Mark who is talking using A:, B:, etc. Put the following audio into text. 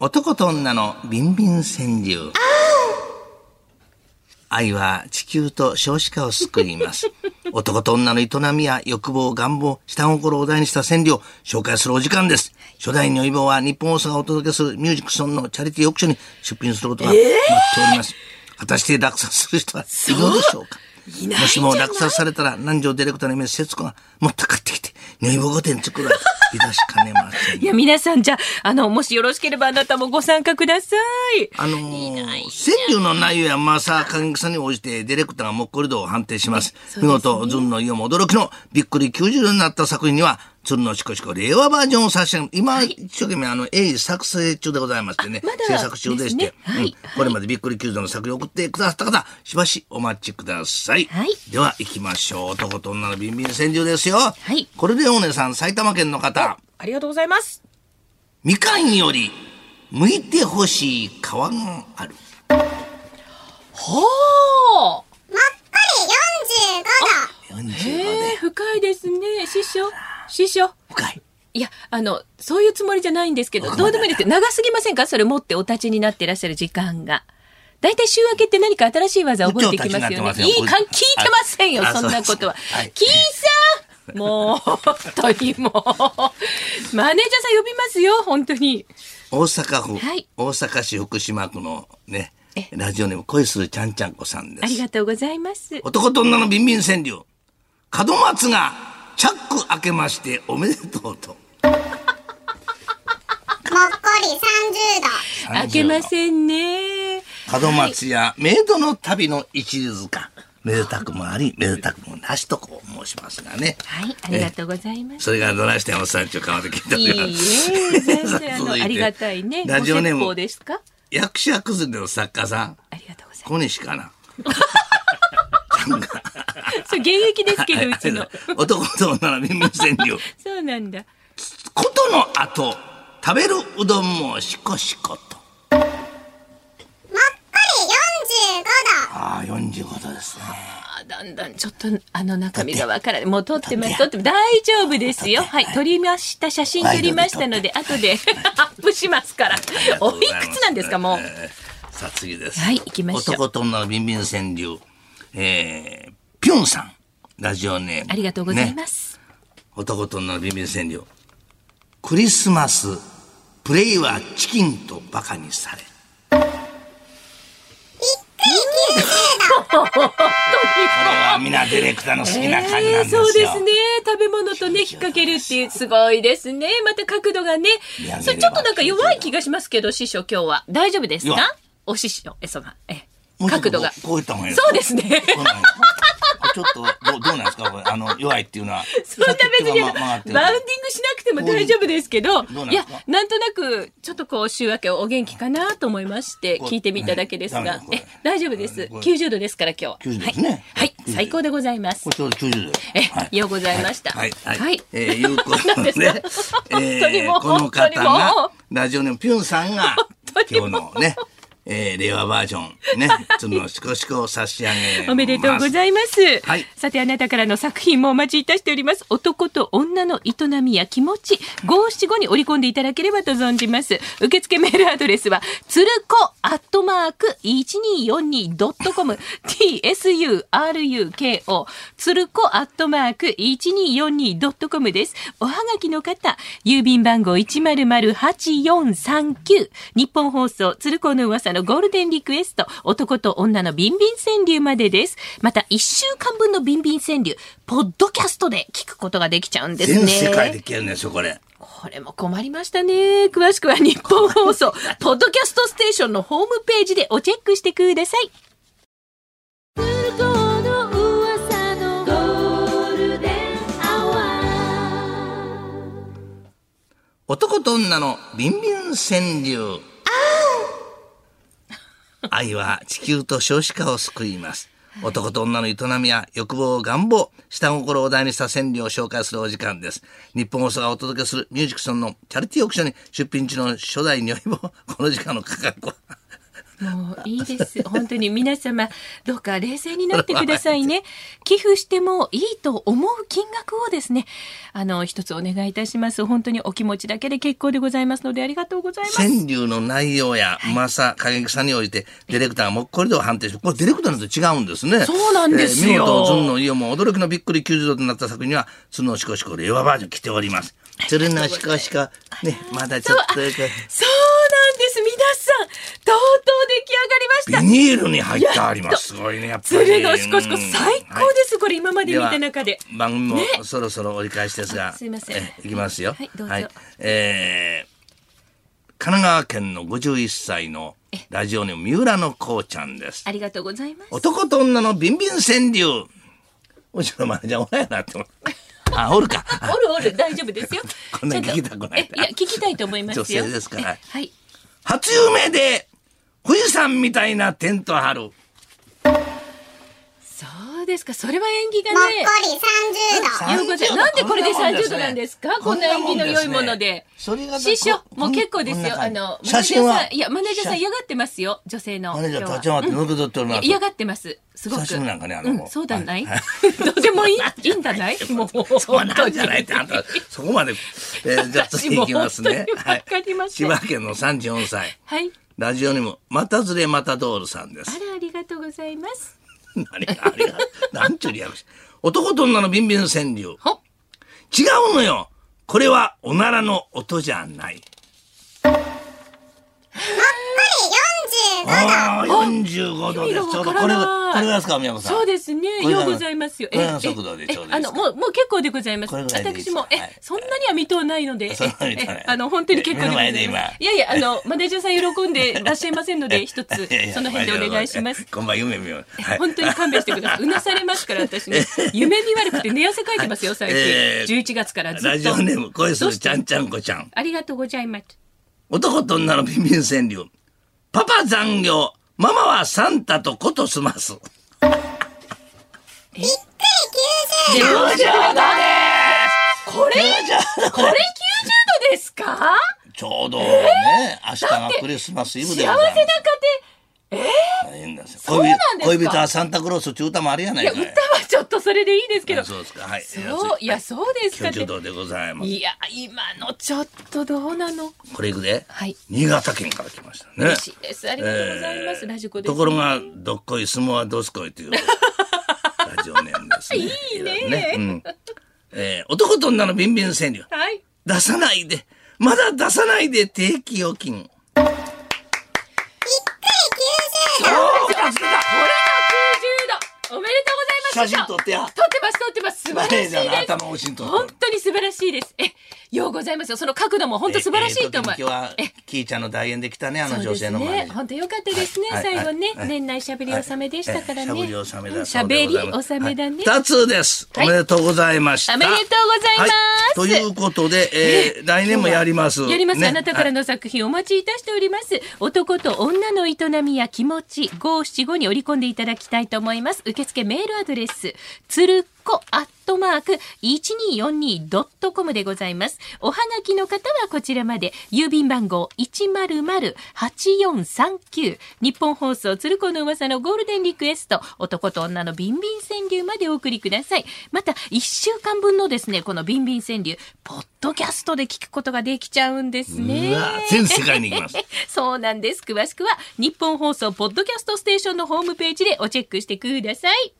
A: 男と女のビンビン川柳。愛は地球と少子化を救い ます。男と女の営みや欲望、願望、下心を題にした川柳を紹介するお時間です。初代如意棒は日本放送がお届けするミュージックソンのチャリティーオークションに出品することが待っております。果たして落札する人はいるのでしょうか
B: いないん
A: も
B: じ
A: し
B: ゃない
A: も落札されたら南條ディレクターの夢節子がもっと買ってきて、如意棒御殿作るわ。い出しかねません
B: い。や、 皆さん、じゃあ、あの、もしよろしければ、あなたもご参加ください。
A: あのー、川柳の内容やマサー感激さに応じてディレクターがもっこり度を判定します。見事、ズンの家も驚きのびっくり90度になった作品には、鶴のしこしこ令和バージョンを差し上げ今、一生懸命あの、鋭意作成中でございましてね、
B: あまだ
A: 制作中でして
B: ですねはい
A: うんこれまでびっくり90度の作品を送ってくださった方、しばしお待ちください。
B: はい
A: では、行きましょう。男と女のビンビン川柳ですよ。
B: い
A: これでお姉さん、埼玉県の方。
B: ありがとうございます。
A: みかんより向いてほしい皮がある。
B: ほー
C: まっかり45度。
A: 45
B: へえ、
A: で
B: 深いですね。師匠。師匠。
A: 深い。
B: いや、あの、そういうつもりじゃないんですけど、どうでもいいですけど、長すぎませんかそれ持ってお立ちになっていらっしゃる時間が。大体週明けって何か新しい技覚えてきますよ
A: 超立ちになってま
B: ね
A: す。よ
B: いいかん、聞いてませんよ、
A: はいあ
B: そんなことは
A: そうですはい。
B: キーさんもう、本当に もう、マネージャーさん呼びますよ、本当に。
A: 大阪府、
B: はい
A: 大阪市福島区のね
B: え、
A: ラジオネーム恋するちゃんちゃんこさんで
B: あり
A: す。
B: がとうございます。
A: 男と女のビンビン川柳。門松がチャック開けましておめでとうと。
C: もっこり30度。
B: 開けませんね。
A: 門松やメイドの旅の一里塚。めでたくもあり、めでたくもなしとこう申しますがね。
B: はい、ありがとうございます。
A: それからどないしてんおっさんちゅう顔で聞いてお
B: い
A: りま
B: い
A: す。
B: え、全
A: さ
B: 然あの
A: 続いて
B: ありがたいね。
A: ラジオネー
B: ご説法
A: ム、
B: ですか。
A: 役者崩れの作家さん、
B: ありがとうござい
A: 小西かな。
B: ます。そう現役ですけどうちの。
A: 男と女のビンビン川柳。
B: そうなんだ。
A: ことのあと食べるうどんもしこしこと
C: もっこり45度。
A: ああ45度ですね
B: あだんだんちょっとあの中身がわからない。もう撮ってます。撮って大丈夫ですよ。はい、撮りました。写真撮りましたので後でアップしますから。おいくつなんですかもう。
A: えーさあ次です
B: はい行きましょう
A: 男と女のビンビン川柳えー、ピョンさんラジオネーム
B: ありがとうござい
A: ね
B: ます。
A: 男と女のビンビン川柳クリスマスプレイはチキンとバカにされこれは皆ディレクターの好きな感じなん
B: え
A: で
B: ー
A: すよ、
B: そうですね。食べ物とね、引っ掛けるっていう、すごいですね。また角度がね
A: 見上げれ。ば
B: それちょっとなんか弱い気がしますけど、師匠、今日は。大丈夫です
A: いや
B: かお師匠、え、そば、え
A: も、うちょっと
B: 角度が。
A: こうこういった方がいい
B: そうです ね。
A: このちょっとどうどうなんですかこれあの弱いっていうのは
B: そんな別に、
A: 先っ
B: あの
A: ちょが
B: バ
A: ま
B: ウン
A: 回ってる
B: ディングしなくても大丈夫ですけど、
A: どうなん
B: い
A: で
B: や
A: すか、
B: なんとなく、ちょっとこう、週明けお元気かなと思いまして、
A: こう
B: 聞いてみただけです
A: ダメ
B: が
A: だこ、れ
B: え、大丈夫です。
A: これ
B: 90度ですから、今日。
A: 90度ですね
B: はい。はい
A: 90
B: 最高でございます
A: こ。れちょうど90度
B: えようございました
A: はい。はい。
B: はい
A: えー、いうことで、ね
B: 何ですか、
A: えー
B: 本当にもう
A: この
B: 本当
A: 方
B: にもう
A: が、ラジオネームピュンさんが、
B: 本当に
A: 今日
B: も
A: の
B: う
A: ね、えー、令和バージョン、 ね、そのしこしこを差し上げます。
B: おめでとうございます。
A: はい
B: さて、あなたからの作品もお待ちいたしております。男と女の営みや気持ち、五七五に織り込んでいただければと存じます。受付メールアドレスは、つるこアットマーク 1242.com、tsuruko、つるこアットマーク 1242.com です。おはがきの方、郵便番号100-8439、日本放送、鶴子の噂のゴールデンリクエスト、男と女のビンビン川柳までです。また、1週間分のビンビン川柳、ポッドキャストで聞くことができちゃうんですね。
A: 全世界で消えるんですよ、これ。
B: これも困りましたね。詳しくは日本放送、ポッドキャストステーションのホームページでおチェックしてください。
A: 男と女のビンビン川柳。愛は地球と少子化を救います。男と女の営みや欲望、願望、下心を題にした川柳を紹介するお時間です。日本放送がお届けするミュージックソンのチャリティーオークションに出品中の初代如意棒、この時間の価格は
B: もういいです。本当に皆様、どうか冷静になってくださいね。 寄付してもいいと思う金額をですね、あの、一つお願いいたします。本当にお気持ちだけで結構でございますので、ありがとうございます。
A: 川柳の内容やうまさ、過激さにおいて、ディレクターがもっこりと判定して、これディレクターのと違うんですね。
B: そうなんですよ
A: 見事、ズンのイオも驚きのびっくり90度となった作品には、ズンのシコシコ令和バージョン来ております。つるのシコシコ、ね、まだちょっとよく
B: そうなんです。皆さん、とうとう出来上がりま
A: ビ
B: した。
A: ニールに入ってあります。すごいね、やっぱ
B: ズ
A: り。
B: ルのシコシコ
A: うん
B: 最高です。これ今まで見た中で。
A: は番組もそろそろ折り返しですが、
B: あすいません
A: えいきますよ。
B: はいどうぞ
A: えー神奈川県の51歳のラジオネーム三浦のこうちゃんです。
B: ありがとうございます。
A: 男と女のビンビン川柳。うちのマネージャーおらんやなって思った。あ、おるか。あ。
B: おるおる、大丈夫 ですよ
A: こんなん聞きたくないな
B: ちゃんとえいや、聞きたいと思いますよ。
A: 女性ですから
B: えはい。
A: 初夢で富士山みたいなテント張る。
B: そうですか。それは縁起が
C: もっこ
B: ね。
C: り30度。
B: ようこちゃんなんでこれで30度なんですかこんな縁起の良いもので。
A: それが
B: 師匠、もう結構です
A: こんな
B: よ。あ
A: 感じ写真
B: の、マネージャーさ
A: は
B: ん、いや、マネージャーさん嫌がってますよ。女性の。
A: マネージャー
B: 今
A: 立
B: 日
A: ち上が
B: は
A: ってのけ取っております。
B: 嫌がってます。すごく。
A: 久しぶりなんかねあの
B: う、
A: もうん
B: そうだない
A: はい。
B: どうでもいい、いいんだないもう。
A: そうなんじゃないって、 あんた、そこまで、えー、じゃあ次いきますね。
B: 私も本当にわかりません
A: はい、千葉県の34歳、
B: はい。
A: ラジオにも、またずれまたドールさんで
B: あ
A: す。
B: ら、ありがとうございます。
A: 何が、あれが、 なんちゅうリアクション。男と女のビンビン川柳。違う
B: ほっ。
A: のよこれは、おならの音じゃない。
C: もっこり45度。
A: ああ、45度
B: 意味
A: で
B: が
A: す。ちょ
B: わ
A: うど
B: から
A: これ、
B: ない
A: これがですか、宮本さん。
B: そうですね。
A: これ
B: よ
A: が
B: うございますよ。
A: これが速度でちょうどいい
B: あ
A: です
B: の、
A: か。
B: もう、もう結構でございます。
A: これぐらいでいいです
B: 私も、え、
A: はい
B: そんなには未踏ないの で、
A: そんなに未踏ない
B: ええあの、本当に結構でござい
A: 目の
B: ま。
A: 前です
B: いやいや、あの、マネージャーさん喜んでらっしゃいません ので、一つ
A: いやい、や
B: その辺でお願いします。。
A: こんばん夢見よう。はい
B: 本当に勘弁してください。うなされますから、私ね。夢見悪くて寝汗かいてますよ、最近
A: え。ー
B: 11月からずっと。
A: ラジオネーム、恋するちゃんちゃんこちゃん。
B: ありがとうございます。
A: 男と女のビンビン川柳。パパ残業、ママはサンタとことすます。
B: でこれ、これ
A: ち
B: 90度ですか
A: ょうどね、明日がクリスマスイブ
B: 幸
A: で
B: せ
A: ご
B: な
A: ざい
B: 家庭
A: ます。大変なんですよ
B: うな
A: 恋
B: んですか
A: 人恋人はサンタクロースっていう歌もあるやないい
B: や、
A: か
B: 歌
A: い。
B: はちょっとそれでいいですけど。
A: あそうですか。はい。
B: そう、いや、そうですか
A: 居
B: って
A: 住。道でございます。
B: いや、今のちょっとどうなの。
A: これいくで。
B: はい。
A: 新潟県から来ましたね。
B: 嬉しいです。ありがとうございます。
A: えー
B: ラジコです。
A: ところが、どっこい相撲はどすこいと いうラジオネームですね。
B: いいね
A: うんえー男と女のビンビン川柳。
B: はい。
A: 出さないで。まだ出さないで定期預金。おおー、つけた
B: これが90度。おめでとうございます。
A: 写真撮ってや
B: 撮ってます、撮ってます。素
A: マネー
B: 晴らしい
A: ジャーの
B: です。
A: 頭をしんと
B: 本当に素晴らしいです。え、ようございますよ。その角度も本当素晴らしいと思う。
A: えーえー時々今日は、キーちゃんの代演できたね、あの
B: そ
A: 女
B: うで
A: 性
B: す
A: のマネー
B: ね
A: ジ。ャー
B: 本当良かったですね。
A: はい
B: 最後ね、
A: はい
B: 年内しゃべり納めでしたからね。
A: はいえーしゃべり納めだ
B: しゃべり納めだね。
A: 2つです。お
B: い
A: めでとうございました。
B: おめでとうございます
A: はいということで、えー来年もやります。
B: やります、
A: ね
B: あなたからの作品お待ちいたしております。男と女の営みや気持ち、五七五に織り込んでいただきたいと思います。受付メールアドレス、つるっこアットマーク 1242.com でございます。おはがきの方はこちらまで、郵便番号100-8439、日本放送鶴子の噂のゴールデンリクエスト、男と女のビンビン川柳までお送りください。また、1週間分のですね、このビンビン川柳、ポッドキャストで聞くことができちゃうんですね。
A: うわ全世界に行きます。
B: そうなんです。詳しくは、日本放送ポッドキャストステーションのホームページでおチェックしてください。